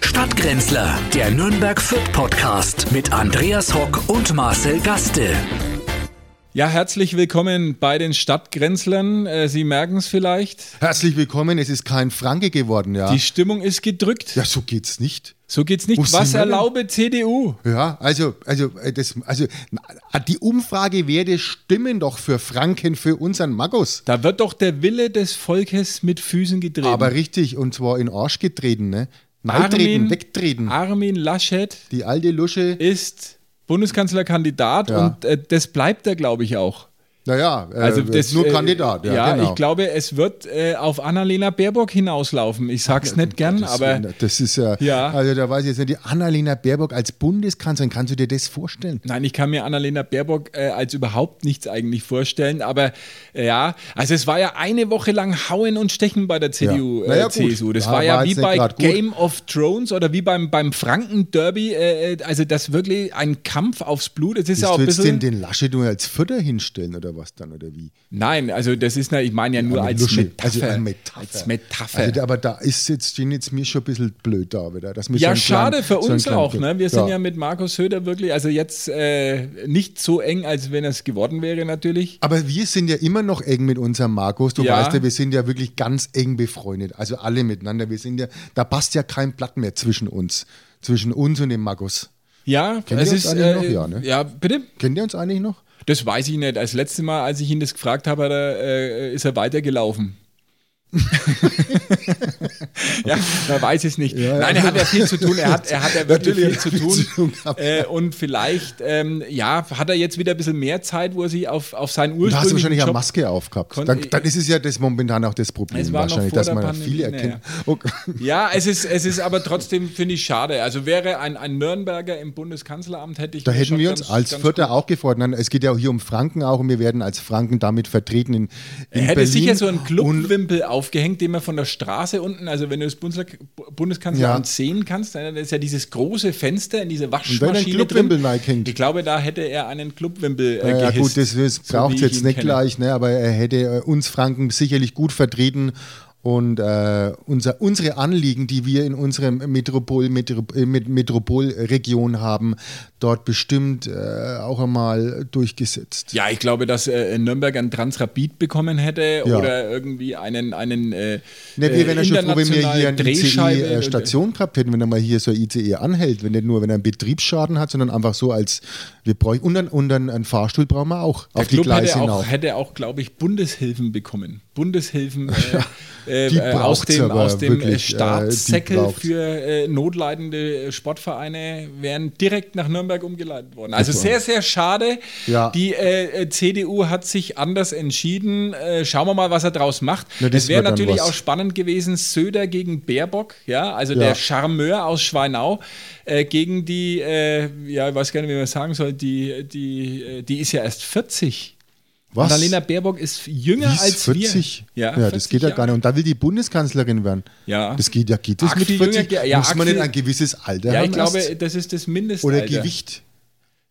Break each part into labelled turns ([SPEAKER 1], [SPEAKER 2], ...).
[SPEAKER 1] Stadtgrenzler, der Nürnberg Fürth Podcast mit Andreas Hock und Marcel Gaste.
[SPEAKER 2] Ja, herzlich willkommen bei den Stadtgrenzlern. Äh, Sie merken es vielleicht,
[SPEAKER 3] Herzlich willkommen, es ist kein Franke geworden, ja.
[SPEAKER 2] die Stimmung ist gedrückt.
[SPEAKER 3] ja, so geht's nicht.
[SPEAKER 2] So geht's nicht.
[SPEAKER 3] Wo sind
[SPEAKER 2] Was
[SPEAKER 3] wir denn?
[SPEAKER 2] erlaube CDU?
[SPEAKER 3] Ja, also, also, äh, das, also, na, die Umfrage werde stimmen doch für Franken, für unseren Magus.
[SPEAKER 2] Da wird doch der Wille des Volkes mit Füßen getreten.
[SPEAKER 3] Aber richtig, und zwar in Arsch getreten, ne? Neitreten, wegtreten.
[SPEAKER 2] Armin Laschet
[SPEAKER 3] Die alte Lusche,
[SPEAKER 2] ist Bundeskanzlerkandidat
[SPEAKER 3] Ja.
[SPEAKER 2] und äh, das bleibt er, glaube ich, auch.
[SPEAKER 3] naja, äh,
[SPEAKER 2] Also das,
[SPEAKER 3] nur
[SPEAKER 2] äh,
[SPEAKER 3] Kandidat. Ja,
[SPEAKER 2] Ja,
[SPEAKER 3] genau.
[SPEAKER 2] ich glaube, es wird äh, auf Annalena Baerbock hinauslaufen. Ich sag's nicht gern,
[SPEAKER 3] Das-
[SPEAKER 2] aber
[SPEAKER 3] das ist ja,
[SPEAKER 2] Ja.
[SPEAKER 3] also da weiß ich jetzt nicht, die Annalena Baerbock als Bundeskanzlerin, kannst du dir das vorstellen?
[SPEAKER 2] Nein, ich kann mir Annalena Baerbock äh, als überhaupt nichts eigentlich vorstellen, aber äh, ja, also es war ja eine Woche lang Hauen und Stechen bei der CDU,
[SPEAKER 3] Naja,
[SPEAKER 2] äh,
[SPEAKER 3] gut.
[SPEAKER 2] CSU. Das
[SPEAKER 3] Ja,
[SPEAKER 2] war ja
[SPEAKER 3] war
[SPEAKER 2] wie
[SPEAKER 3] jetzt nicht
[SPEAKER 2] bei
[SPEAKER 3] grad gut.
[SPEAKER 2] Game of Thrones oder wie beim, beim Franken-Derby, äh, äh, also das wirklich ein Kampf aufs Blut. Es ist ja auch
[SPEAKER 3] Willst
[SPEAKER 2] ein
[SPEAKER 3] du
[SPEAKER 2] bisschen...
[SPEAKER 3] jetzt den, den Lasche nur als Vierter hinstellen oder was dann, oder wie?
[SPEAKER 2] Nein, also das ist, na, ich meine ja nur
[SPEAKER 3] Eine
[SPEAKER 2] als
[SPEAKER 3] Lusche,
[SPEAKER 2] Metapher,
[SPEAKER 3] Also eine Metapher.
[SPEAKER 2] Als Metapher.
[SPEAKER 3] Also, da- aber da ist jetzt, stehen jetzt mir schon ein bisschen blöd da wieder. Dass wir
[SPEAKER 2] ja,
[SPEAKER 3] so einen
[SPEAKER 2] schade
[SPEAKER 3] kleinen-
[SPEAKER 2] für
[SPEAKER 3] so einen
[SPEAKER 2] uns
[SPEAKER 3] kleinen-
[SPEAKER 2] auch. Ne? Wir sind ja. mit Markus Söder wirklich, also jetzt äh, nicht so eng, als wenn es geworden wäre natürlich.
[SPEAKER 3] aber wir sind ja immer noch eng mit unserem Markus. Du
[SPEAKER 2] Ja.
[SPEAKER 3] weißt ja, wir sind ja wirklich ganz eng befreundet. Also alle miteinander. Wir sind ja, da passt ja kein Blatt mehr zwischen uns. Zwischen uns und dem Markus.
[SPEAKER 2] Ja,
[SPEAKER 3] Kennen
[SPEAKER 2] es
[SPEAKER 3] wir uns
[SPEAKER 2] ist
[SPEAKER 3] eigentlich noch?
[SPEAKER 2] äh,
[SPEAKER 3] Ja, ne?
[SPEAKER 2] ja, bitte.
[SPEAKER 3] Kennt ihr uns eigentlich noch?
[SPEAKER 2] Das weiß ich nicht. Das letzte Mal, als ich ihn das gefragt habe, hat er, äh, ist er weitergelaufen. ja, man weiß es nicht. Nein, er hat ja viel zu tun. Er hat, er hat ja wirklich viel
[SPEAKER 3] Natürlich hat
[SPEAKER 2] zu
[SPEAKER 3] er viel
[SPEAKER 2] tun.
[SPEAKER 3] zu tun gehabt.
[SPEAKER 2] äh, und vielleicht, ähm, ja, hat er jetzt wieder ein bisschen mehr Zeit, wo er sich auf, auf seinen
[SPEAKER 3] Da hast
[SPEAKER 2] ursprünglichen
[SPEAKER 3] du wahrscheinlich eine
[SPEAKER 2] Job...
[SPEAKER 3] Maske aufgehabt.
[SPEAKER 2] Kon-
[SPEAKER 3] Dann, dann ist es ja das momentan auch das
[SPEAKER 2] Es
[SPEAKER 3] Problem
[SPEAKER 2] war noch
[SPEAKER 3] wahrscheinlich,
[SPEAKER 2] vor
[SPEAKER 3] dass
[SPEAKER 2] der
[SPEAKER 3] man
[SPEAKER 2] Pandemie,
[SPEAKER 3] viele
[SPEAKER 2] na
[SPEAKER 3] erkennt.
[SPEAKER 2] ja.
[SPEAKER 3] Okay.
[SPEAKER 2] Ja, es ist, es ist aber trotzdem, finde ich, schade. Also wäre ein, ein Nürnberger im Bundeskanzleramt, hätte ich
[SPEAKER 3] Da
[SPEAKER 2] mir
[SPEAKER 3] hätten
[SPEAKER 2] schon
[SPEAKER 3] wir uns
[SPEAKER 2] ganz-
[SPEAKER 3] als
[SPEAKER 2] ganz
[SPEAKER 3] Vierter auch gefordert. Nein, Es geht ja auch hier um Franken auch und wir werden als Franken damit vertreten in, in
[SPEAKER 2] Er hätte
[SPEAKER 3] Berlin.
[SPEAKER 2] sicher so einen
[SPEAKER 3] und,
[SPEAKER 2] Clubwimpel aufgehängt, den man von der Straße unten, also wenn du das Bundesla- Bundeskanzleramt
[SPEAKER 3] Ja.
[SPEAKER 2] sehen kannst, dann ist ja dieses große Fenster in diese
[SPEAKER 3] wenn ein
[SPEAKER 2] Waschmaschine
[SPEAKER 3] Clubwimpel
[SPEAKER 2] drin.
[SPEAKER 3] neigt.
[SPEAKER 2] Ich glaube, da hätte er einen Clubwimpel äh,
[SPEAKER 3] Ja
[SPEAKER 2] gehisst.
[SPEAKER 3] gut, das, das
[SPEAKER 2] so
[SPEAKER 3] braucht
[SPEAKER 2] wie
[SPEAKER 3] es
[SPEAKER 2] ich
[SPEAKER 3] jetzt
[SPEAKER 2] ihn
[SPEAKER 3] nicht
[SPEAKER 2] kenne.
[SPEAKER 3] gleich, ne? aber er hätte äh, uns Franken sicherlich gut vertreten und äh, unser, unsere Anliegen, die wir in unserer Metropol, Metro, äh, Met- Metropolregion haben, dort bestimmt äh, auch einmal durchgesetzt.
[SPEAKER 2] Ja, ich glaube, dass äh, Nürnberg einen Transrapid bekommen hätte
[SPEAKER 3] Ja.
[SPEAKER 2] oder irgendwie einen, einen äh,
[SPEAKER 3] Ne, wir wären ja schon froh, wenn wir hier
[SPEAKER 2] internationalen
[SPEAKER 3] eine äh,
[SPEAKER 2] Drehscheibe- äh,
[SPEAKER 3] ICE-Station gehabt hätten, wenn er mal hier so ein ICE anhält, wenn nicht nur, wenn er einen Betriebsschaden hat, sondern einfach so als, wir bräuchten, und dann, und dann einen Fahrstuhl brauchen wir auch
[SPEAKER 2] Der
[SPEAKER 3] auf die
[SPEAKER 2] Club
[SPEAKER 3] Gleise
[SPEAKER 2] hätte
[SPEAKER 3] hinauf.
[SPEAKER 2] auch, hätte auch glaube ich, Bundeshilfen bekommen. Bundeshilfen äh, äh,
[SPEAKER 3] die
[SPEAKER 2] äh, aus
[SPEAKER 3] braucht's
[SPEAKER 2] dem,
[SPEAKER 3] aber
[SPEAKER 2] aus dem
[SPEAKER 3] wirklich,
[SPEAKER 2] äh,
[SPEAKER 3] äh, die
[SPEAKER 2] Staatssäckel
[SPEAKER 3] braucht's.
[SPEAKER 2] für äh, notleidende äh, Sportvereine wären direkt nach Nürnberg umgeleitet worden. Also sehr, sehr schade.
[SPEAKER 3] Ja.
[SPEAKER 2] Die äh, äh, CDU hat sich anders entschieden. Äh, schauen wir mal, was er draus macht.
[SPEAKER 3] Na, das
[SPEAKER 2] es wäre
[SPEAKER 3] wird dann
[SPEAKER 2] natürlich
[SPEAKER 3] was.
[SPEAKER 2] auch spannend gewesen, Söder gegen Baerbock, ja, also
[SPEAKER 3] Ja.
[SPEAKER 2] der Charmeur aus Schweinau äh, gegen die, äh, ja, ich weiß gar nicht, wie man sagen soll, die, die, äh, die ist ja erst 40.
[SPEAKER 3] Was?
[SPEAKER 2] Annalena Baerbock ist jünger
[SPEAKER 3] Die ist
[SPEAKER 2] als
[SPEAKER 3] 40.
[SPEAKER 2] wir.
[SPEAKER 3] Ja, das geht ja gar nicht. Und da will die Bundeskanzlerin werden.
[SPEAKER 2] Ja.
[SPEAKER 3] Das geht ja, geht das
[SPEAKER 2] Arg
[SPEAKER 3] mit
[SPEAKER 2] viel jünger
[SPEAKER 3] 40?
[SPEAKER 2] ge- ja,
[SPEAKER 3] Muss
[SPEAKER 2] arg
[SPEAKER 3] man nicht
[SPEAKER 2] viel-
[SPEAKER 3] ein gewisses Alter
[SPEAKER 2] Ja,
[SPEAKER 3] haben?
[SPEAKER 2] ich glaube,
[SPEAKER 3] erst?
[SPEAKER 2] das ist das Mindestalter.
[SPEAKER 3] Oder Gewicht?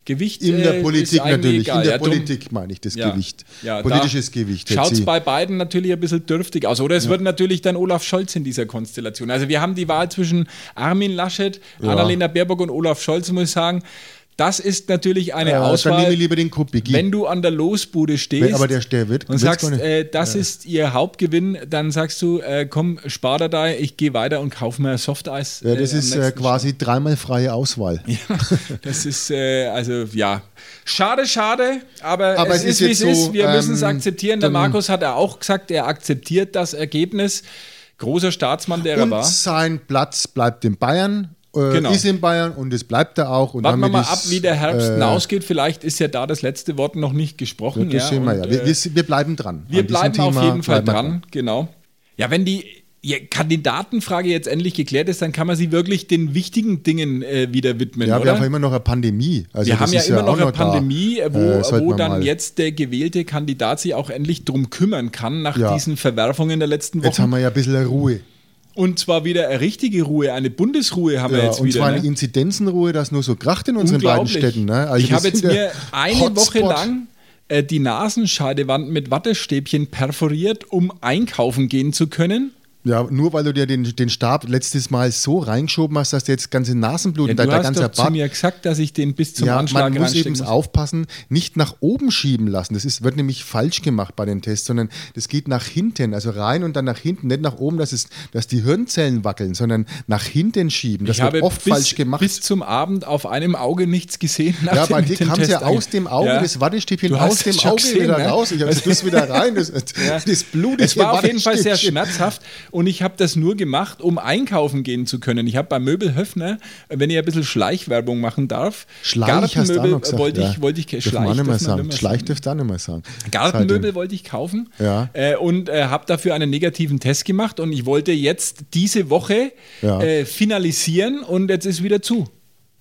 [SPEAKER 2] Gewicht
[SPEAKER 3] In der
[SPEAKER 2] äh,
[SPEAKER 3] Politik
[SPEAKER 2] ist eigentlich
[SPEAKER 3] natürlich.
[SPEAKER 2] egal.
[SPEAKER 3] In der
[SPEAKER 2] Ja, drum-
[SPEAKER 3] Politik meine ich das
[SPEAKER 2] Ja.
[SPEAKER 3] Gewicht.
[SPEAKER 2] Ja,
[SPEAKER 3] Politisches Gewicht.
[SPEAKER 2] Schaut es
[SPEAKER 3] Hetzi.
[SPEAKER 2] bei beiden natürlich ein bisschen dürftig aus. Oder es wird natürlich dann Olaf Scholz in dieser Konstellation. Also wir haben die Wahl zwischen Armin Laschet, Annalena Baerbock und Olaf Scholz, muss ich sagen. Das ist natürlich eine
[SPEAKER 3] ja, dann nehme
[SPEAKER 2] Auswahl.
[SPEAKER 3] ich lieber den Kubicki.
[SPEAKER 2] Wenn du an der Losbude stehst
[SPEAKER 3] Wenn aber der- der wird-
[SPEAKER 2] und
[SPEAKER 3] wird's
[SPEAKER 2] sagst,
[SPEAKER 3] gar nicht.
[SPEAKER 2] äh, das ist ihr Hauptgewinn, dann sagst du, äh, komm, spar da da, ich gehe weiter und kauf mir Softeis.
[SPEAKER 3] ja, das
[SPEAKER 2] äh, am
[SPEAKER 3] ist äh,
[SPEAKER 2] nächsten
[SPEAKER 3] quasi dreimal freie Auswahl.
[SPEAKER 2] das ist, äh, also ja, schade, schade, aber,
[SPEAKER 3] Aber
[SPEAKER 2] es, ist,
[SPEAKER 3] es ist
[SPEAKER 2] wie es
[SPEAKER 3] jetzt
[SPEAKER 2] ist.
[SPEAKER 3] so,
[SPEAKER 2] Wir müssen es
[SPEAKER 3] ähm,
[SPEAKER 2] akzeptieren. Der Markus hat ja auch gesagt, er akzeptiert das Ergebnis. Großer Staatsmann, der er
[SPEAKER 3] Und
[SPEAKER 2] war.
[SPEAKER 3] sein Platz bleibt in Bayern, äh,
[SPEAKER 2] Genau.
[SPEAKER 3] ist in Bayern und es bleibt er auch. Und
[SPEAKER 2] Warten wir
[SPEAKER 3] damit
[SPEAKER 2] mal
[SPEAKER 3] ist,
[SPEAKER 2] ab, wie der Herbst
[SPEAKER 3] äh,
[SPEAKER 2] hinausgeht. Vielleicht ist ja da das letzte Wort noch nicht gesprochen.
[SPEAKER 3] Das sehen wir
[SPEAKER 2] und,
[SPEAKER 3] ja.
[SPEAKER 2] äh,
[SPEAKER 3] Wir, wir, wir bleiben dran.
[SPEAKER 2] Wir
[SPEAKER 3] An diesem
[SPEAKER 2] bleiben auf
[SPEAKER 3] Thema
[SPEAKER 2] jeden Fall
[SPEAKER 3] bleiben wir
[SPEAKER 2] dran, genau. Ja, wenn die ja, Kandidatenfrage jetzt endlich geklärt ist, dann kann man sie wirklich den wichtigen Dingen äh, wieder widmen,
[SPEAKER 3] Ja, wir
[SPEAKER 2] oder?
[SPEAKER 3] haben ja immer noch eine Pandemie. Also
[SPEAKER 2] wir
[SPEAKER 3] das
[SPEAKER 2] haben ja
[SPEAKER 3] ist
[SPEAKER 2] immer
[SPEAKER 3] auch
[SPEAKER 2] noch eine
[SPEAKER 3] da.
[SPEAKER 2] Pandemie, wo,
[SPEAKER 3] Äh, sollten
[SPEAKER 2] wo
[SPEAKER 3] wir
[SPEAKER 2] dann
[SPEAKER 3] mal-
[SPEAKER 2] jetzt der gewählte Kandidat sich auch endlich drum kümmern kann nach
[SPEAKER 3] Ja.
[SPEAKER 2] diesen Verwerfungen der letzten
[SPEAKER 3] Jetzt haben
[SPEAKER 2] Wochen.
[SPEAKER 3] wir ja ein bisschen Ruhe.
[SPEAKER 2] Und zwar wieder eine richtige Ruhe, eine Bundesruhe haben wir
[SPEAKER 3] Ja,
[SPEAKER 2] jetzt
[SPEAKER 3] Äh, und
[SPEAKER 2] wieder.
[SPEAKER 3] zwar eine
[SPEAKER 2] ne?
[SPEAKER 3] Inzidenzenruhe, das nur so kracht in unseren beiden
[SPEAKER 2] Unglaublich.
[SPEAKER 3] Städten. Ne?
[SPEAKER 2] ich
[SPEAKER 3] wir
[SPEAKER 2] habe jetzt
[SPEAKER 3] sind
[SPEAKER 2] mir
[SPEAKER 3] der
[SPEAKER 2] eine Woche
[SPEAKER 3] Hotspot.
[SPEAKER 2] lang äh, die Nasenscheidewand mit Wattestäbchen perforiert, um einkaufen gehen zu können.
[SPEAKER 3] Ja, nur weil du dir den, den Stab letztes Mal so reingeschoben hast, dass dir jetzt ganze Nasenbluten,
[SPEAKER 2] Ja,
[SPEAKER 3] dein
[SPEAKER 2] du
[SPEAKER 3] dein
[SPEAKER 2] hast
[SPEAKER 3] ganzer
[SPEAKER 2] doch zu
[SPEAKER 3] Bart.
[SPEAKER 2] mir gesagt, dass ich den bis zum
[SPEAKER 3] Ja,
[SPEAKER 2] Anschlag
[SPEAKER 3] man muss
[SPEAKER 2] ranstecken
[SPEAKER 3] eben aufpassen, nicht nach oben schieben lassen. Das ist, wird nämlich falsch gemacht bei den Tests, sondern das geht nach hinten, also rein und dann nach hinten, nicht nach oben, dass, es, dass die Hirnzellen wackeln, sondern nach hinten schieben. Das
[SPEAKER 2] ich habe
[SPEAKER 3] wird oft
[SPEAKER 2] bis,
[SPEAKER 3] falsch gemacht.
[SPEAKER 2] bis zum Abend auf einem Auge nichts gesehen. nach
[SPEAKER 3] ja,
[SPEAKER 2] dem-
[SPEAKER 3] bei
[SPEAKER 2] mit
[SPEAKER 3] dir
[SPEAKER 2] dem
[SPEAKER 3] kam es ja
[SPEAKER 2] Test
[SPEAKER 3] aus dem Auge,
[SPEAKER 2] Ja.
[SPEAKER 3] das Wattestäbchen
[SPEAKER 2] Du hast
[SPEAKER 3] aus
[SPEAKER 2] es
[SPEAKER 3] dem
[SPEAKER 2] schon
[SPEAKER 3] Auge
[SPEAKER 2] gesehen,
[SPEAKER 3] wieder
[SPEAKER 2] ne?
[SPEAKER 3] raus. Ich habe das wieder rein, das, das blutige
[SPEAKER 2] Es war auf jeden Fall sehr
[SPEAKER 3] Wattestäbchen.
[SPEAKER 2] schmerzhaft und ich habe das nur gemacht, um einkaufen gehen zu können. Ich habe bei Möbel Höfner, wenn ich ein bisschen Schleichwerbung machen darf,
[SPEAKER 3] Schleich hast du auch noch gesagt.
[SPEAKER 2] wollte ich,
[SPEAKER 3] ja.
[SPEAKER 2] wollte ich
[SPEAKER 3] Dürfen wir
[SPEAKER 2] Schleich
[SPEAKER 3] auch nicht
[SPEAKER 2] darf
[SPEAKER 3] mehr
[SPEAKER 2] man
[SPEAKER 3] sagen.
[SPEAKER 2] nimmer
[SPEAKER 3] Schleich
[SPEAKER 2] sagen.
[SPEAKER 3] dürft ihr auch nicht mehr sagen.
[SPEAKER 2] Gartenmöbel wollte ich kaufen
[SPEAKER 3] Ja.
[SPEAKER 2] äh, und äh, habe dafür einen negativen Test gemacht und ich wollte jetzt diese Woche
[SPEAKER 3] Ja.
[SPEAKER 2] äh, finalisieren und jetzt ist wieder zu.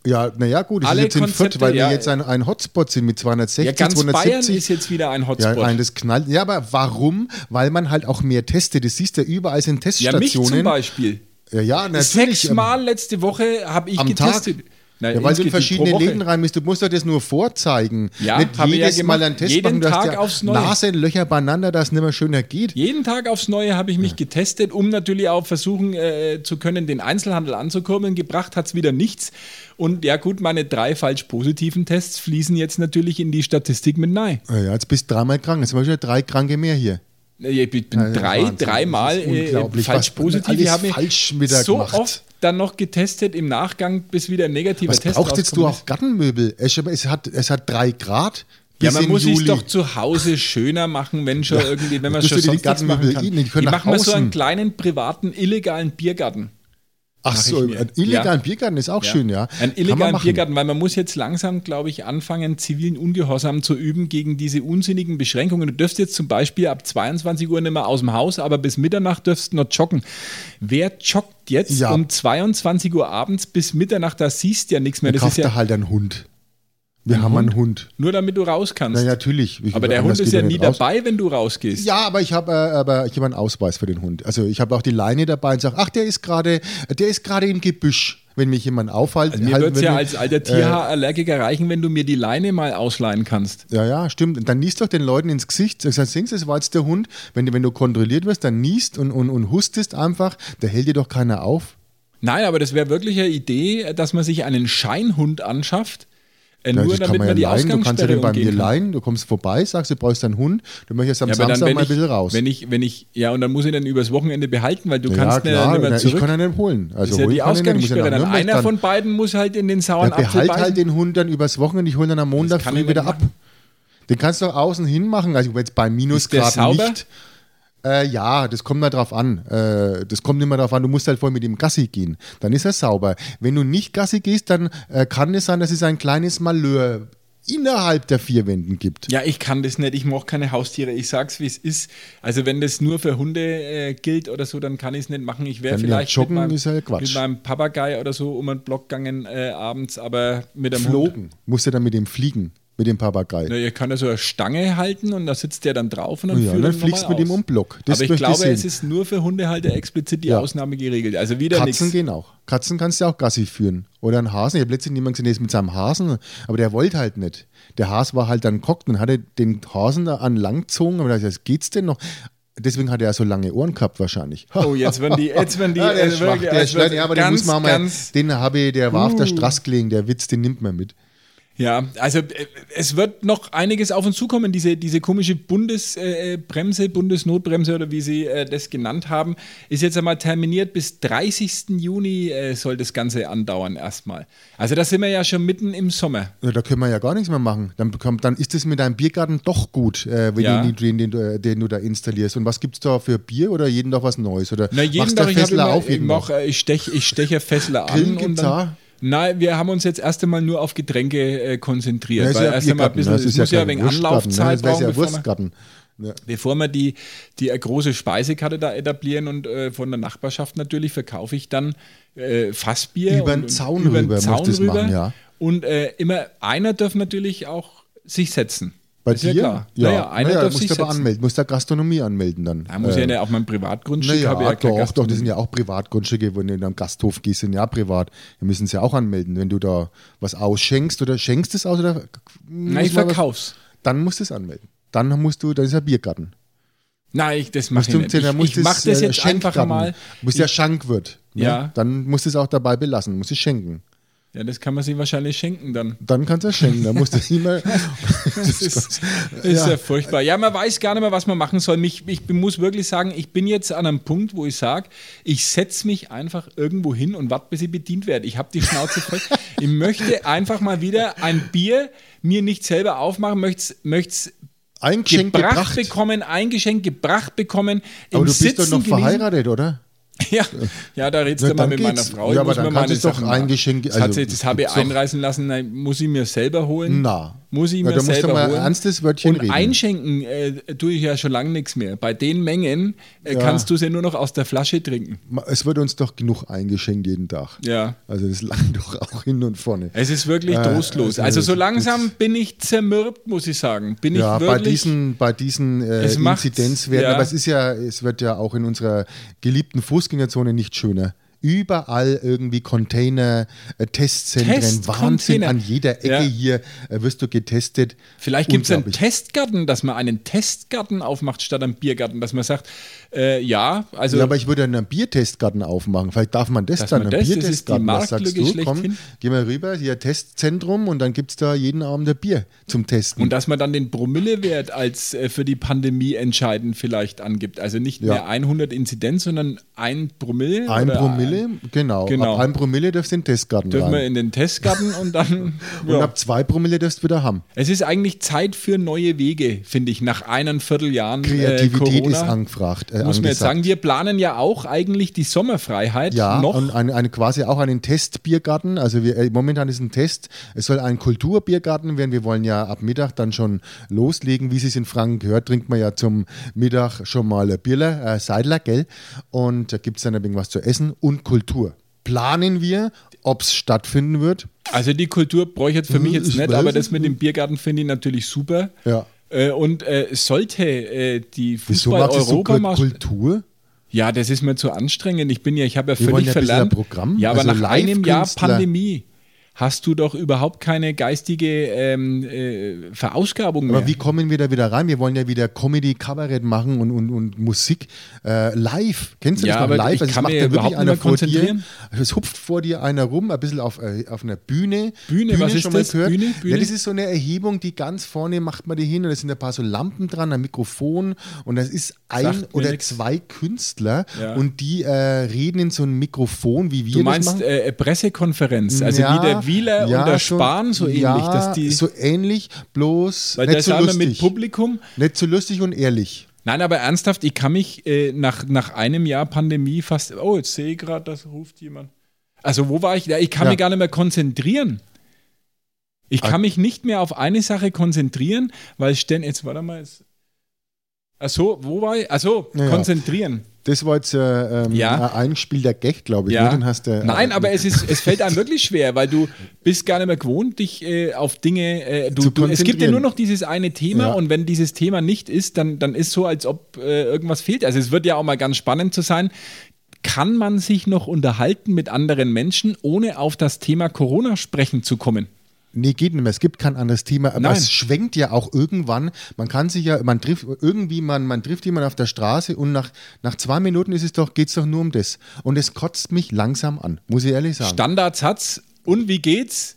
[SPEAKER 3] Ja, naja, gut, es ist
[SPEAKER 2] Alle
[SPEAKER 3] jetzt in
[SPEAKER 2] Konzepte,
[SPEAKER 3] Fürth, weil
[SPEAKER 2] ja.
[SPEAKER 3] wir jetzt ein, ein Hotspot sind mit 260,
[SPEAKER 2] Ja, ganz Bayern
[SPEAKER 3] 270.
[SPEAKER 2] ist jetzt wieder ein
[SPEAKER 3] ja,
[SPEAKER 2] Hotspot.
[SPEAKER 3] nein, das knallt. Ja, aber warum? Weil man halt auch mehr testet. Das siehst du ja überall sind
[SPEAKER 2] ja mich
[SPEAKER 3] Teststationen.
[SPEAKER 2] zum Beispiel.
[SPEAKER 3] Ja, ja, natürlich. ähm,
[SPEAKER 2] Sechsmal letzte Woche habe ich
[SPEAKER 3] am
[SPEAKER 2] getestet.
[SPEAKER 3] Tag.
[SPEAKER 2] Nein,
[SPEAKER 3] Ja, weil du
[SPEAKER 2] insgesamt
[SPEAKER 3] in verschiedene
[SPEAKER 2] pro Woche.
[SPEAKER 3] Läden rein bist. Du musst doch das nur vorzeigen.
[SPEAKER 2] Ja,
[SPEAKER 3] Nicht
[SPEAKER 2] habe ich ja
[SPEAKER 3] jedes Mal
[SPEAKER 2] gemacht.
[SPEAKER 3] einen Test
[SPEAKER 2] Jeden
[SPEAKER 3] machen, dass
[SPEAKER 2] Tag
[SPEAKER 3] der
[SPEAKER 2] aufs Neue.
[SPEAKER 3] Nasenlöcher beieinander, dass es nicht mehr schöner geht.
[SPEAKER 2] Jeden Tag aufs Neue habe ich mich getestet, um natürlich auch versuchen äh, zu können, den Einzelhandel anzukurbeln. Gebracht hat es wieder nichts. Und ja gut, meine drei falsch positiven Tests fließen jetzt natürlich in die Statistik mit nein.
[SPEAKER 3] Ja, ja, jetzt bist du dreimal krank. Jetzt haben wir schon drei Kranke mehr hier.
[SPEAKER 2] Ich bin bin
[SPEAKER 3] Ja, das ist
[SPEAKER 2] drei,
[SPEAKER 3] Wahnsinn.
[SPEAKER 2] dreimal
[SPEAKER 3] Das ist
[SPEAKER 2] äh,
[SPEAKER 3] unglaublich,
[SPEAKER 2] falsch
[SPEAKER 3] was man
[SPEAKER 2] positiv.
[SPEAKER 3] alles
[SPEAKER 2] Ich habe
[SPEAKER 3] falsch wieder
[SPEAKER 2] so
[SPEAKER 3] gemacht.
[SPEAKER 2] oft dann noch getestet im Nachgang, bis wieder ein negativer
[SPEAKER 3] Was
[SPEAKER 2] Test
[SPEAKER 3] braucht jetzt du
[SPEAKER 2] rausgekommen ist.
[SPEAKER 3] auch Gartenmöbel? Es, es, hat, es hat drei Grad.
[SPEAKER 2] Ja,
[SPEAKER 3] bis
[SPEAKER 2] man
[SPEAKER 3] in
[SPEAKER 2] muss
[SPEAKER 3] Juli.
[SPEAKER 2] sich doch zu Hause schöner machen, wenn schon irgendwie, wenn man
[SPEAKER 3] Müsst
[SPEAKER 2] schon
[SPEAKER 3] ihr die
[SPEAKER 2] sonst nichts
[SPEAKER 3] Gartenmöbel
[SPEAKER 2] machen kann.
[SPEAKER 3] ihnen, die
[SPEAKER 2] Ich
[SPEAKER 3] können nach
[SPEAKER 2] mache mal so einen
[SPEAKER 3] außen.
[SPEAKER 2] kleinen privaten illegalen Biergarten.
[SPEAKER 3] Ach
[SPEAKER 2] Mach
[SPEAKER 3] so,
[SPEAKER 2] ich mir.
[SPEAKER 3] einen illegalen
[SPEAKER 2] Ja.
[SPEAKER 3] Biergarten ist auch schön, ja.
[SPEAKER 2] Ein
[SPEAKER 3] Kann man
[SPEAKER 2] illegalen
[SPEAKER 3] machen.
[SPEAKER 2] Biergarten, weil man muss jetzt langsam, glaube ich, anfangen, zivilen Ungehorsam zu üben gegen diese unsinnigen Beschränkungen. Du dürfst jetzt zum Beispiel ab 22 Uhr nicht mehr aus dem Haus, aber bis Mitternacht dürfst du noch joggen. Wer joggt jetzt
[SPEAKER 3] Ja.
[SPEAKER 2] um 22 Uhr abends bis Mitternacht? Da siehst du ja nichts mehr. Das ist
[SPEAKER 3] Kauft
[SPEAKER 2] ja
[SPEAKER 3] er halt einen Hund. Wir haben einen Hund.
[SPEAKER 2] nur, damit du raus kannst.
[SPEAKER 3] Na natürlich. Ich-
[SPEAKER 2] aber der
[SPEAKER 3] anders
[SPEAKER 2] Hund ist
[SPEAKER 3] geht
[SPEAKER 2] ja
[SPEAKER 3] er
[SPEAKER 2] nie
[SPEAKER 3] nicht raus.
[SPEAKER 2] dabei, wenn du rausgehst.
[SPEAKER 3] Ja, aber ich habe äh, aber ich habe einen Ausweis für den Hund. Also ich habe auch die Leine dabei und sage, ach, der ist gerade, der ist gerade im Gebüsch, wenn mich jemand Halt, aufhält.
[SPEAKER 2] Also Mir
[SPEAKER 3] halten
[SPEAKER 2] wird es
[SPEAKER 3] würde.
[SPEAKER 2] ja als
[SPEAKER 3] äh,
[SPEAKER 2] alter Tierhaarallergiker reichen, wenn du mir die Leine mal ausleihen kannst.
[SPEAKER 3] äh, Ja, ja, stimmt. Dann niest doch den Leuten ins Gesicht. Sag, Sings, es war jetzt der Hund. Wenn, du- wenn du kontrolliert wirst, dann niest und, und, und hustest einfach. Da hält dir doch keiner auf.
[SPEAKER 2] Nein, aber das wäre wirklich eine Idee, dass man sich einen Scheinhund anschafft, äh,
[SPEAKER 3] Ja,
[SPEAKER 2] nur
[SPEAKER 3] das
[SPEAKER 2] damit man, die
[SPEAKER 3] leihen. Du kannst ja
[SPEAKER 2] Ausgangssperre
[SPEAKER 3] den bei mir
[SPEAKER 2] umgehen kann.
[SPEAKER 3] leihen. Du kommst vorbei, sagst, du brauchst einen Hund. Du möchtest am
[SPEAKER 2] Ja, aber dann,
[SPEAKER 3] Samstag
[SPEAKER 2] wenn
[SPEAKER 3] mal ein
[SPEAKER 2] ich,
[SPEAKER 3] bisschen raus.
[SPEAKER 2] wenn ich, wenn ich, ja, und dann muss ich den übers Wochenende behalten, weil du
[SPEAKER 3] ja,
[SPEAKER 2] kannst ihn ja
[SPEAKER 3] klar.
[SPEAKER 2] nicht mehr
[SPEAKER 3] na, ich
[SPEAKER 2] zurück.
[SPEAKER 3] kann ihn nicht holen. Also
[SPEAKER 2] das ist ja
[SPEAKER 3] holen
[SPEAKER 2] die
[SPEAKER 3] kann ich nicht. Ich muss
[SPEAKER 2] Ausgangssperre.
[SPEAKER 3] ihn nach
[SPEAKER 2] Dann
[SPEAKER 3] Nürnberg,
[SPEAKER 2] einer
[SPEAKER 3] dann-
[SPEAKER 2] von beiden muss halt in den sauren
[SPEAKER 3] Ja,
[SPEAKER 2] Apfel
[SPEAKER 3] behalt
[SPEAKER 2] beißen.
[SPEAKER 3] halt den Hund dann übers Wochenende. Ich hole ihn am Montag
[SPEAKER 2] kann
[SPEAKER 3] früh
[SPEAKER 2] ich
[SPEAKER 3] wieder
[SPEAKER 2] nicht
[SPEAKER 3] ab. Den kannst du auch außen hin machen. Also jetzt bei Minusgraden
[SPEAKER 2] Ist der sauber?
[SPEAKER 3] nicht. Äh, ja, das kommt mal drauf an. Äh, das kommt immer drauf an. Du musst halt voll mit ihm Gassi gehen. Dann ist er sauber. Wenn du nicht Gassi gehst, dann äh, kann es sein, dass es ein kleines Malheur innerhalb der vier Wänden gibt.
[SPEAKER 2] ja, ich kann das nicht. Ich mache keine Haustiere. Ich sag's, wie es ist. Also wenn das nur für Hunde äh, gilt oder so, dann kann ich es nicht machen. Ich wäre
[SPEAKER 3] Dann ja,
[SPEAKER 2] vielleicht
[SPEAKER 3] joggen
[SPEAKER 2] mit, meinem,
[SPEAKER 3] ist ja Quatsch.
[SPEAKER 2] mit meinem Papagei oder so um einen Block gegangen äh, abends, aber mit einem Hund.
[SPEAKER 3] Flogen. Musst du dann mit dem fliegen, mit dem Papagei.
[SPEAKER 2] Na, ihr könnt ja so eine Stange halten und da sitzt der dann drauf und dann,
[SPEAKER 3] Ja,
[SPEAKER 2] führt
[SPEAKER 3] und dann
[SPEAKER 2] er
[SPEAKER 3] fliegst
[SPEAKER 2] nochmal
[SPEAKER 3] mit ihm
[SPEAKER 2] aus.
[SPEAKER 3] um den Block. Das
[SPEAKER 2] Aber ich
[SPEAKER 3] möchte ich
[SPEAKER 2] glaube, es
[SPEAKER 3] sehen.
[SPEAKER 2] ist nur für Hundehalter explizit die
[SPEAKER 3] Ja.
[SPEAKER 2] Ausnahme geregelt. Also wieder
[SPEAKER 3] Katzen
[SPEAKER 2] nichts.
[SPEAKER 3] gehen auch. Katzen kannst du auch Gassi führen. Oder einen Hasen. Ich habe letztens jemanden gesehen, der ist mit seinem Hasen, aber der wollte halt nicht. Der Hase war halt dann kockt und hatte den Hasen da an langgezogen. Aber da hab ich gesagt, geht's denn noch? Deswegen hat er ja so lange Ohren gehabt wahrscheinlich.
[SPEAKER 2] Oh, jetzt werden die, jetzt werden die,
[SPEAKER 3] ja, der
[SPEAKER 2] äh,
[SPEAKER 3] ist schwach,
[SPEAKER 2] wirklich-
[SPEAKER 3] der ist schwach.
[SPEAKER 2] also
[SPEAKER 3] Ja, aber den
[SPEAKER 2] ganz,
[SPEAKER 3] muss man mal,
[SPEAKER 2] ganz- Uh.
[SPEAKER 3] den habe ich, der war auf der Straße gelegen, der Witz, den nimmt man mit.
[SPEAKER 2] Ja, also äh, es wird noch einiges auf uns zukommen, diese, diese komische Bundesbremse, äh, Bremse, Bundesnotbremse oder wie sie äh, das genannt haben, ist jetzt einmal terminiert. Bis 30. Juni äh, soll das Ganze andauern erstmal. Also da sind wir ja schon mitten im Sommer.
[SPEAKER 3] Ja, da können wir ja gar nichts mehr machen. Dann, bekommt, dann ist es mit deinem Biergarten doch gut, äh, wenn
[SPEAKER 2] Ja.
[SPEAKER 3] du den, den, den, du- äh, den du da installierst. Und was gibt's da für Bier oder jeden Tag was Neues? Oder
[SPEAKER 2] Na, jeden
[SPEAKER 3] machst
[SPEAKER 2] Tag,
[SPEAKER 3] du
[SPEAKER 2] ich, hab
[SPEAKER 3] Fessler
[SPEAKER 2] immer,
[SPEAKER 3] auf
[SPEAKER 2] ich,
[SPEAKER 3] jeden Tag?
[SPEAKER 2] mach, äh, ich steche ich stech ein Fessler
[SPEAKER 3] Grillen
[SPEAKER 2] an.
[SPEAKER 3] gibt's auch?
[SPEAKER 2] Nein, wir haben uns jetzt erst einmal nur auf Getränke äh, konzentriert.
[SPEAKER 3] Ja, ist
[SPEAKER 2] weil
[SPEAKER 3] ja
[SPEAKER 2] erst einmal ein
[SPEAKER 3] Biergarten,
[SPEAKER 2] bisschen,
[SPEAKER 3] ne? Das
[SPEAKER 2] es
[SPEAKER 3] ist
[SPEAKER 2] muss ja
[SPEAKER 3] ja
[SPEAKER 2] ein
[SPEAKER 3] kein
[SPEAKER 2] wenig
[SPEAKER 3] Wurstgarten. ne?
[SPEAKER 2] Anlaufzeit
[SPEAKER 3] Das wäre
[SPEAKER 2] brauchen,
[SPEAKER 3] ja
[SPEAKER 2] bevor man,
[SPEAKER 3] Wurstgarten. Ja.
[SPEAKER 2] bevor man die, die äh, große Speisekarte da etablieren und äh, von der Nachbarschaft natürlich verkaufe ich dann äh, Fassbier.
[SPEAKER 3] Über
[SPEAKER 2] und,
[SPEAKER 3] den
[SPEAKER 2] und-
[SPEAKER 3] Zaun
[SPEAKER 2] über den
[SPEAKER 3] rüber muss
[SPEAKER 2] Zaun
[SPEAKER 3] das
[SPEAKER 2] rüber.
[SPEAKER 3] machen, ja.
[SPEAKER 2] Und äh, immer einer darf natürlich auch sich setzen.
[SPEAKER 3] Bei
[SPEAKER 2] ist
[SPEAKER 3] dir?
[SPEAKER 2] ja klar.
[SPEAKER 3] Ja,
[SPEAKER 2] Naja, einer
[SPEAKER 3] naja,
[SPEAKER 2] darf
[SPEAKER 3] musst
[SPEAKER 2] sich
[SPEAKER 3] du aber
[SPEAKER 2] setzen.
[SPEAKER 3] anmelden, musst da Gastronomie anmelden dann.
[SPEAKER 2] Da muss ich ja
[SPEAKER 3] Äh,
[SPEAKER 2] nicht auf meinem Privatgrundstück
[SPEAKER 3] naja,
[SPEAKER 2] habe ich ja keine
[SPEAKER 3] doch, doch, das
[SPEAKER 2] Gastronomie.
[SPEAKER 3] sind ja auch Privatgrundstücke, wenn du in einem Gasthof gehst, sind ja auch privat. Wir müssen es ja auch anmelden, wenn du da was ausschenkst oder schenkst es aus oder
[SPEAKER 2] Nein, ich
[SPEAKER 3] muss man was-
[SPEAKER 2] verkauf's.
[SPEAKER 3] Dann musst du es anmelden. Dann musst du, dann ist ja Biergarten.
[SPEAKER 2] Nein, ich, das
[SPEAKER 3] Musst
[SPEAKER 2] mache
[SPEAKER 3] du,
[SPEAKER 2] ich nicht.
[SPEAKER 3] da
[SPEAKER 2] Ich,
[SPEAKER 3] musst äh,
[SPEAKER 2] ich mache das jetzt einfach mal.
[SPEAKER 3] Muss ja Schank wird. Ne?
[SPEAKER 2] Ja.
[SPEAKER 3] Dann musst du es auch dabei belassen, musst es schenken.
[SPEAKER 2] Ja, das kann man sich wahrscheinlich schenken dann.
[SPEAKER 3] Dann kannst du es schenken, dann musst du es nicht mehr.
[SPEAKER 2] Das ist, ist ja. furchtbar. Ja, man weiß gar nicht mehr, was man machen soll. Mich, ich bin- muss wirklich sagen, ich bin jetzt an einem Punkt, wo ich sage, ich setze mich einfach irgendwo hin und warte, bis ich bedient werde. Ich habe die Schnauze voll. ich möchte einfach mal wieder ein Bier mir nicht selber aufmachen, möchte es
[SPEAKER 3] Ein Geschenk
[SPEAKER 2] gebracht,
[SPEAKER 3] gebracht.
[SPEAKER 2] bekommen, eingeschenkt gebracht bekommen. im
[SPEAKER 3] Aber du bist
[SPEAKER 2] Sitzen
[SPEAKER 3] doch noch
[SPEAKER 2] genießen.
[SPEAKER 3] verheiratet, oder?
[SPEAKER 2] Ja, ja da redest
[SPEAKER 3] Na,
[SPEAKER 2] du mal
[SPEAKER 3] dann
[SPEAKER 2] mit meiner
[SPEAKER 3] geht's.
[SPEAKER 2] Frau.
[SPEAKER 3] Ja, aber dann kannst du's doch
[SPEAKER 2] Sachen machen.
[SPEAKER 3] eingeschenk-
[SPEAKER 2] Das, hat
[SPEAKER 3] also,
[SPEAKER 2] sie, das habe ich
[SPEAKER 3] gibt's doch-
[SPEAKER 2] einreißen lassen, nein, muss ich mir selber holen.
[SPEAKER 3] Na.
[SPEAKER 2] Muss ich
[SPEAKER 3] Ja,
[SPEAKER 2] mir
[SPEAKER 3] da musst du
[SPEAKER 2] selber
[SPEAKER 3] mal
[SPEAKER 2] holen.
[SPEAKER 3] ernstes Wörtchen
[SPEAKER 2] Und
[SPEAKER 3] reden.
[SPEAKER 2] einschenken äh, tue ich ja schon lange nichts mehr. Bei den Mengen äh,
[SPEAKER 3] Ja.
[SPEAKER 2] kannst du sie ja nur noch aus der Flasche trinken.
[SPEAKER 3] Ma- Es wird uns doch genug eingeschenkt jeden Tag.
[SPEAKER 2] Ja.
[SPEAKER 3] Also das langt doch auch hin und vorne.
[SPEAKER 2] Es ist wirklich
[SPEAKER 3] Äh,
[SPEAKER 2] trostlos.
[SPEAKER 3] äh,
[SPEAKER 2] Also so
[SPEAKER 3] das-
[SPEAKER 2] langsam bin ich zermürbt, muss ich sagen. Bin
[SPEAKER 3] Ja,
[SPEAKER 2] ich
[SPEAKER 3] bei
[SPEAKER 2] wirklich
[SPEAKER 3] diesen, bei diesen äh,
[SPEAKER 2] Es macht's,
[SPEAKER 3] Inzidenzwerten,
[SPEAKER 2] ja.
[SPEAKER 3] aber es ist ja, es wird ja auch in unserer geliebten Fußgängerzone nicht schöner. Überall irgendwie Container, äh, Testzentren,
[SPEAKER 2] Testcontainer.
[SPEAKER 3] Wahnsinn an jeder Ecke
[SPEAKER 2] Ja.
[SPEAKER 3] hier äh, wirst du getestet.
[SPEAKER 2] Vielleicht gibt es einen
[SPEAKER 3] Unglaublich.
[SPEAKER 2] Testgarten, dass man einen Testgarten aufmacht statt einen Biergarten, dass man sagt, äh, ja, also
[SPEAKER 3] Ja, aber ich würde einen Biertestgarten aufmachen. Vielleicht darf man das
[SPEAKER 2] Dass
[SPEAKER 3] dann,
[SPEAKER 2] man
[SPEAKER 3] einen
[SPEAKER 2] das- das ist die
[SPEAKER 3] Biertestgarten. Was sagst
[SPEAKER 2] Marktlücke
[SPEAKER 3] du? Komm,
[SPEAKER 2] schlechthin.
[SPEAKER 3] geh mal rüber, hier Testzentrum und dann gibt es da jeden Abend ein Bier zum Testen.
[SPEAKER 2] Und dass man dann den Promillewert als äh, für die Pandemie entscheidend vielleicht angibt. Also nicht
[SPEAKER 3] Ja.
[SPEAKER 2] mehr 100 Inzidenz, sondern ein Promille.
[SPEAKER 3] ein
[SPEAKER 2] oder
[SPEAKER 3] Promille, genau.
[SPEAKER 2] Genau.
[SPEAKER 3] Ab einem Promille darfst du in den Testgarten
[SPEAKER 2] Dürfen wir
[SPEAKER 3] rein.
[SPEAKER 2] in den Testgarten und dann.
[SPEAKER 3] Und
[SPEAKER 2] ja.
[SPEAKER 3] ab zwei Promille darfst du wieder haben.
[SPEAKER 2] Es ist eigentlich Zeit für neue Wege, finde ich, nach einem Vierteljahren. äh,
[SPEAKER 3] Kreativität
[SPEAKER 2] Corona,
[SPEAKER 3] ist angefragt. Äh,
[SPEAKER 2] Muss man jetzt
[SPEAKER 3] angesagt.
[SPEAKER 2] sagen, wir planen ja auch eigentlich die Sommerfreiheit
[SPEAKER 3] Ja,
[SPEAKER 2] noch.
[SPEAKER 3] und ein, ein, quasi auch einen Testbiergarten. Also wir, äh, momentan ist ein Test. Es soll ein Kulturbiergarten werden. Wir wollen ja ab Mittag dann schon loslegen. Wie Sie es in Franken gehört, trinkt man ja zum Mittag schon mal ein Bierler, äh, Seidler, gell? Und da gibt es dann ein wenig was zu essen und Kultur. Planen wir, ob es stattfinden wird.
[SPEAKER 2] Also die Kultur bräuchte für mich jetzt
[SPEAKER 3] Ich
[SPEAKER 2] nicht,
[SPEAKER 3] Hm, weiß
[SPEAKER 2] aber
[SPEAKER 3] es
[SPEAKER 2] das mit dem Biergarten finde ich natürlich super.
[SPEAKER 3] Ja.
[SPEAKER 2] Äh, Und äh, sollte äh, die
[SPEAKER 3] Wieso magst du so
[SPEAKER 2] Fußball-Europameisterschaft.
[SPEAKER 3] Kultur?
[SPEAKER 2] Ja, das ist mir zu anstrengend. Ich bin ja, ich habe ja
[SPEAKER 3] wollen
[SPEAKER 2] völlig
[SPEAKER 3] ja ein bisschen
[SPEAKER 2] verlernt.
[SPEAKER 3] ein Programm,
[SPEAKER 2] Ja, aber
[SPEAKER 3] also
[SPEAKER 2] nach einem Jahr
[SPEAKER 3] Live-Künstler.
[SPEAKER 2] Pandemie hast du doch überhaupt keine geistige ähm, äh, Verausgabung mehr.
[SPEAKER 3] Aber wie kommen wir da wieder rein? Wir wollen ja wieder Comedy, Kabarett machen und, und, und Musik äh, live. Kennst du
[SPEAKER 2] Ja,
[SPEAKER 3] das noch
[SPEAKER 2] aber
[SPEAKER 3] live? Also
[SPEAKER 2] ich kann mir überhaupt nicht mehr
[SPEAKER 3] vor dir.
[SPEAKER 2] konzentrieren.
[SPEAKER 3] Es hupft vor dir einer rum, ein bisschen auf, äh, auf einer Bühne.
[SPEAKER 2] Bühne, was ist das? Bühne, Bühne?
[SPEAKER 3] Ja, das ist so eine Erhebung, die ganz vorne macht man die hin und da sind ein paar so Lampen dran, ein Mikrofon und das ist ein
[SPEAKER 2] Sagt mir
[SPEAKER 3] oder
[SPEAKER 2] nix.
[SPEAKER 3] zwei Künstler
[SPEAKER 2] Ja.
[SPEAKER 3] und die äh, reden in so ein Mikrofon, wie wir
[SPEAKER 2] du
[SPEAKER 3] das
[SPEAKER 2] meinst
[SPEAKER 3] machen.
[SPEAKER 2] äh, Pressekonferenz, also
[SPEAKER 3] Ja,
[SPEAKER 2] wie der Wieler
[SPEAKER 3] ja,
[SPEAKER 2] und der
[SPEAKER 3] schon,
[SPEAKER 2] Spahn so ähnlich,
[SPEAKER 3] ja,
[SPEAKER 2] dass die,
[SPEAKER 3] so ähnlich, bloß
[SPEAKER 2] weil
[SPEAKER 3] nicht
[SPEAKER 2] da
[SPEAKER 3] so
[SPEAKER 2] sind wir mit
[SPEAKER 3] lustig.
[SPEAKER 2] Publikum.
[SPEAKER 3] Nicht so lustig und ehrlich.
[SPEAKER 2] Nein, aber ernsthaft, ich kann mich äh, nach, nach einem Jahr Pandemie fast. Oh, jetzt sehe ich gerade, das ruft jemand. Also, wo war ich? Ja, ich kann
[SPEAKER 3] Ja.
[SPEAKER 2] mich gar nicht mehr konzentrieren. Ich
[SPEAKER 3] Ah.
[SPEAKER 2] kann mich nicht mehr auf eine Sache konzentrieren, weil ständig. Jetzt, warte mal. Jetzt, ach so, wo war ich? Ach so,
[SPEAKER 3] Ja, ja.
[SPEAKER 2] konzentrieren.
[SPEAKER 3] Das war jetzt äh, ähm,
[SPEAKER 2] Ja.
[SPEAKER 3] ein eingespielter Gag, glaube ich.
[SPEAKER 2] Ja.
[SPEAKER 3] ne? Den hast du, äh,
[SPEAKER 2] Nein, aber es, ist, es fällt einem wirklich schwer, weil du bist gar nicht mehr gewohnt, dich äh, auf Dinge äh, du,
[SPEAKER 3] Zu
[SPEAKER 2] du, Es gibt ja
[SPEAKER 3] konzentrieren.
[SPEAKER 2] nur noch dieses eine Thema
[SPEAKER 3] Ja.
[SPEAKER 2] und wenn dieses Thema nicht ist, dann, dann ist so, als ob äh, irgendwas fehlt. Also es wird ja auch mal ganz spannend zu sein. Kann man sich noch unterhalten mit anderen Menschen, ohne auf das Thema Corona sprechen zu kommen?
[SPEAKER 3] Nee, geht nicht mehr. Es gibt kein anderes Thema. Aber
[SPEAKER 2] Nein.
[SPEAKER 3] es schwenkt ja auch irgendwann. Man kann sich ja, man trifft irgendwie, man, man trifft jemanden auf der Straße und nach, nach zwei Minuten ist es doch, geht es doch nur um das. Und es kotzt mich langsam an, muss ich ehrlich sagen.
[SPEAKER 2] Standardsatz. Und wie geht's?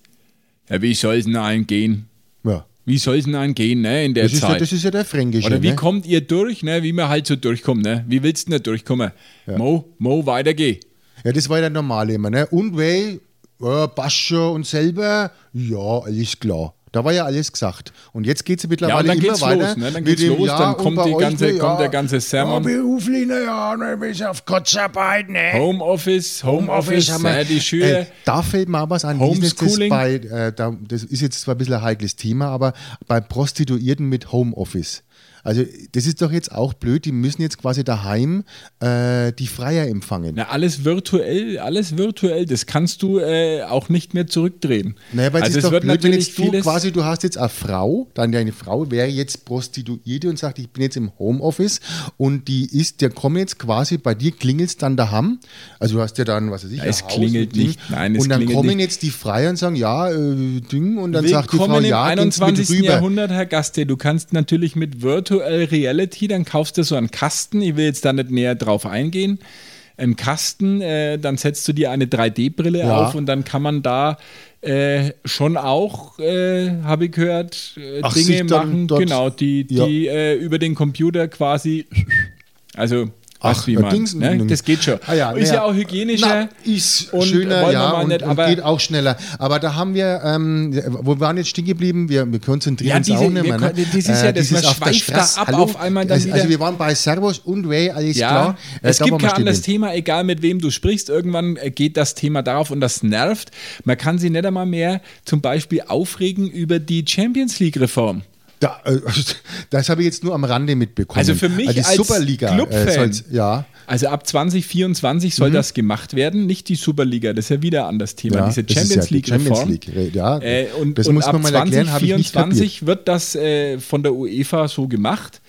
[SPEAKER 2] Ja, wie soll's denn einem gehen?
[SPEAKER 3] ja.
[SPEAKER 2] Wie soll's denn einem gehen, ne, in der
[SPEAKER 3] Das, ist ja,
[SPEAKER 2] Zeit?
[SPEAKER 3] das ist ja der Fränkische.
[SPEAKER 2] Oder wie
[SPEAKER 3] ne?
[SPEAKER 2] kommt ihr durch, ne? wie man halt so durchkommt? Ne? Wie willst du denn da durchkommen? Mo, Mo, weitergeh.
[SPEAKER 3] Ja, das war ja der normale immer. Ne? Und weil, äh, Bascher und selber, ja, alles klar. Da war ja alles gesagt. Und jetzt geht es
[SPEAKER 2] Ja,
[SPEAKER 3] mittlerweile
[SPEAKER 2] und dann
[SPEAKER 3] immer
[SPEAKER 2] geht's
[SPEAKER 3] weiter.
[SPEAKER 2] los, ne? Dann
[SPEAKER 3] mit
[SPEAKER 2] geht's
[SPEAKER 3] dem
[SPEAKER 2] los, dann
[SPEAKER 3] und
[SPEAKER 2] kommt
[SPEAKER 3] bei
[SPEAKER 2] die ganze-
[SPEAKER 3] ne,
[SPEAKER 2] kommt der ganze Sermon.
[SPEAKER 3] Ja, beruflich, ne, ja, ne, bis auf Kurzarbeit, ne.
[SPEAKER 2] Homeoffice, Homeoffice,
[SPEAKER 3] Homeoffice haben wir-
[SPEAKER 2] äh, die Schüler.
[SPEAKER 3] Äh, da fällt mir aber was an. Wie ist jetzt Das,
[SPEAKER 2] Homeschooling?
[SPEAKER 3] bei, äh, da, das ist jetzt zwar ein bisschen ein heikles Thema, aber bei Prostituierten mit Homeoffice. Also das ist doch jetzt auch blöd. Die müssen jetzt quasi daheim äh, die Freier empfangen.
[SPEAKER 2] Na, alles virtuell, alles virtuell. Das kannst du äh, auch nicht mehr zurückdrehen.
[SPEAKER 3] Naja, weil
[SPEAKER 2] also
[SPEAKER 3] es ist
[SPEAKER 2] es
[SPEAKER 3] doch
[SPEAKER 2] wird
[SPEAKER 3] blöd, wenn
[SPEAKER 2] natürlich
[SPEAKER 3] jetzt du
[SPEAKER 2] vieles.
[SPEAKER 3] quasi, du hast jetzt eine Frau, dann deine Frau wäre jetzt Prostituierte und sagt, ich bin jetzt im Homeoffice und die ist, der kommt jetzt quasi, bei dir klingelt es dann daheim. Also du hast ja dann, was weiß ich,
[SPEAKER 2] Ja,
[SPEAKER 3] ein
[SPEAKER 2] es
[SPEAKER 3] Haus
[SPEAKER 2] klingelt
[SPEAKER 3] und Ding.
[SPEAKER 2] nicht. Nein, es
[SPEAKER 3] Und dann
[SPEAKER 2] klingelt
[SPEAKER 3] kommen
[SPEAKER 2] nicht.
[SPEAKER 3] jetzt die Freier und sagen, ja, äh, Ding, und dann sagt die Frau,
[SPEAKER 2] Willkommen im
[SPEAKER 3] ja, ging's mit
[SPEAKER 2] 21.
[SPEAKER 3] rüber.
[SPEAKER 2] Jahrhundert, Herr Gaste. Du kannst natürlich mit Virtual Reality, dann kaufst du so einen Kasten, ich will jetzt da nicht näher drauf eingehen, einen Kasten, äh, dann setzt du dir eine 3D-Brille
[SPEAKER 3] Ja.
[SPEAKER 2] auf und dann kann man da äh, schon auch, äh, habe ich gehört, äh,
[SPEAKER 3] Ach,
[SPEAKER 2] Dinge
[SPEAKER 3] sich dann
[SPEAKER 2] machen,
[SPEAKER 3] dort-
[SPEAKER 2] genau, die,
[SPEAKER 3] Ja.
[SPEAKER 2] die äh, über den Computer quasi, also,
[SPEAKER 3] Ach,
[SPEAKER 2] weißt, wie
[SPEAKER 3] äh,
[SPEAKER 2] man,
[SPEAKER 3] Dings-
[SPEAKER 2] ne? das geht schon.
[SPEAKER 3] Ah ja,
[SPEAKER 2] ist
[SPEAKER 3] na
[SPEAKER 2] ja auch hygienischer.
[SPEAKER 3] Na, ist
[SPEAKER 2] und
[SPEAKER 3] schöner,
[SPEAKER 2] wollen wir
[SPEAKER 3] ja,
[SPEAKER 2] mal
[SPEAKER 3] und,
[SPEAKER 2] nicht,
[SPEAKER 3] und
[SPEAKER 2] aber-
[SPEAKER 3] geht auch schneller. Aber da haben wir, ähm, wo waren wir jetzt stehen geblieben? Wir, wir konzentrieren
[SPEAKER 2] Ja,
[SPEAKER 3] uns
[SPEAKER 2] diese-
[SPEAKER 3] auch nicht
[SPEAKER 2] wir
[SPEAKER 3] mehr. Ne?
[SPEAKER 2] kon- das ist ja das, man
[SPEAKER 3] dieses auf der
[SPEAKER 2] schweift da
[SPEAKER 3] Straße.
[SPEAKER 2] ab
[SPEAKER 3] Hallo?
[SPEAKER 2] auf einmal dann
[SPEAKER 3] also, also
[SPEAKER 2] wieder.
[SPEAKER 3] wir waren bei Servus und Way, alles
[SPEAKER 2] Ja,
[SPEAKER 3] klar. Äh,
[SPEAKER 2] es
[SPEAKER 3] da
[SPEAKER 2] gibt
[SPEAKER 3] waren wir
[SPEAKER 2] kein
[SPEAKER 3] stehen
[SPEAKER 2] anderes
[SPEAKER 3] geblieben.
[SPEAKER 2] Thema, egal mit wem du sprichst, irgendwann äh, geht das Thema darauf und das nervt. Man kann sie nicht einmal mehr zum Beispiel aufregen über die Champions League-Reform.
[SPEAKER 3] Da, äh, das habe ich jetzt nur am Rande mitbekommen. Äh,
[SPEAKER 2] Also für mich
[SPEAKER 3] die
[SPEAKER 2] als
[SPEAKER 3] Superliga,
[SPEAKER 2] Clubfan.
[SPEAKER 3] Äh, soll's- ja.
[SPEAKER 2] Also ab 2024 soll das gemacht werden, nicht die Superliga, das ist ja wieder ein anderes Thema,
[SPEAKER 3] Mhm. Ja,
[SPEAKER 2] diese
[SPEAKER 3] das ist
[SPEAKER 2] Champions
[SPEAKER 3] ja die
[SPEAKER 2] League-Reform.
[SPEAKER 3] Champions League, ja.
[SPEAKER 2] Äh, und
[SPEAKER 3] das
[SPEAKER 2] und
[SPEAKER 3] muss
[SPEAKER 2] ab
[SPEAKER 3] man mal erklären, habe ich nicht kapiert.
[SPEAKER 2] 2024 wird das äh, von der UEFA so gemacht.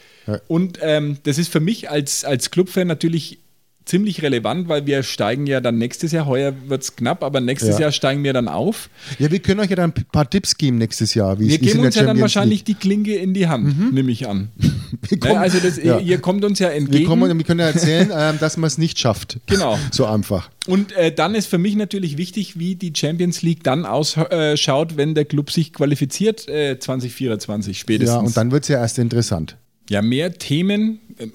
[SPEAKER 2] Und ähm, das ist für mich als, als Clubfan natürlich ziemlich relevant, weil wir steigen ja dann nächstes Jahr, heuer wird es knapp, aber nächstes
[SPEAKER 3] Ja.
[SPEAKER 2] Jahr steigen wir dann auf.
[SPEAKER 3] Ja, wir können euch ja dann ein paar Tipps geben nächstes Jahr.
[SPEAKER 2] Wir
[SPEAKER 3] Wie es ist
[SPEAKER 2] geben
[SPEAKER 3] in der
[SPEAKER 2] uns ja dann
[SPEAKER 3] Champions
[SPEAKER 2] wahrscheinlich
[SPEAKER 3] League. Mhm.
[SPEAKER 2] die Klinke in die Hand, nehme ich an. Ne,
[SPEAKER 3] Wir kommen-
[SPEAKER 2] also das,
[SPEAKER 3] ja.
[SPEAKER 2] ihr kommt uns ja entgegen.
[SPEAKER 3] Wir, kommen, wir können ja erzählen, ähm, dass man es nicht schafft.
[SPEAKER 2] Genau.
[SPEAKER 3] So einfach.
[SPEAKER 2] Und äh, dann ist für mich natürlich wichtig, wie die Champions League dann ausschaut, wenn der Club sich qualifiziert äh, 2024 spätestens.
[SPEAKER 3] Ja, und dann wird es ja erst interessant.
[SPEAKER 2] Ja, mehr Themen äh,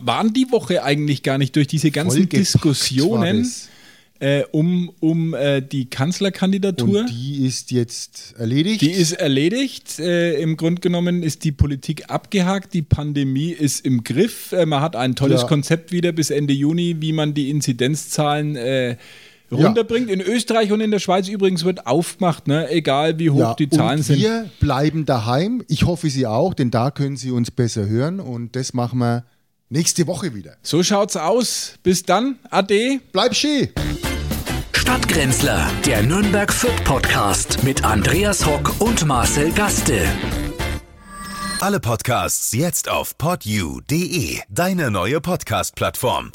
[SPEAKER 2] waren die Woche eigentlich gar nicht durch diese ganzen
[SPEAKER 3] Vollgepackt war
[SPEAKER 2] Diskussionen
[SPEAKER 3] das.
[SPEAKER 2] äh, um, um äh, die
[SPEAKER 3] Und
[SPEAKER 2] Kanzlerkandidatur. Die,
[SPEAKER 3] die ist jetzt erledigt.
[SPEAKER 2] ist erledigt. Äh, Im Grunde genommen ist die Politik abgehakt, die Pandemie ist im Griff. Äh, man hat ein tolles
[SPEAKER 3] Ja.
[SPEAKER 2] Konzept wieder bis Ende Juni, wie man die Inzidenzzahlen äh, runterbringt. In Österreich und in der Schweiz übrigens wird aufgemacht, ne? egal wie hoch
[SPEAKER 3] ja,
[SPEAKER 2] die Zahlen
[SPEAKER 3] und
[SPEAKER 2] sind.
[SPEAKER 3] wir bleiben daheim. Ich hoffe, Sie auch, denn da können Sie uns besser hören. Und das machen wir nächste Woche wieder.
[SPEAKER 2] So schaut's aus. Bis dann. Ade.
[SPEAKER 3] Bleib schön!
[SPEAKER 1] Stadtgrenzler, der Nürnberg Fürth Podcast mit Andreas Hock und Marcel Gaste.
[SPEAKER 4] Alle Podcasts jetzt auf podyou.de, deine neue Podcast-Plattform.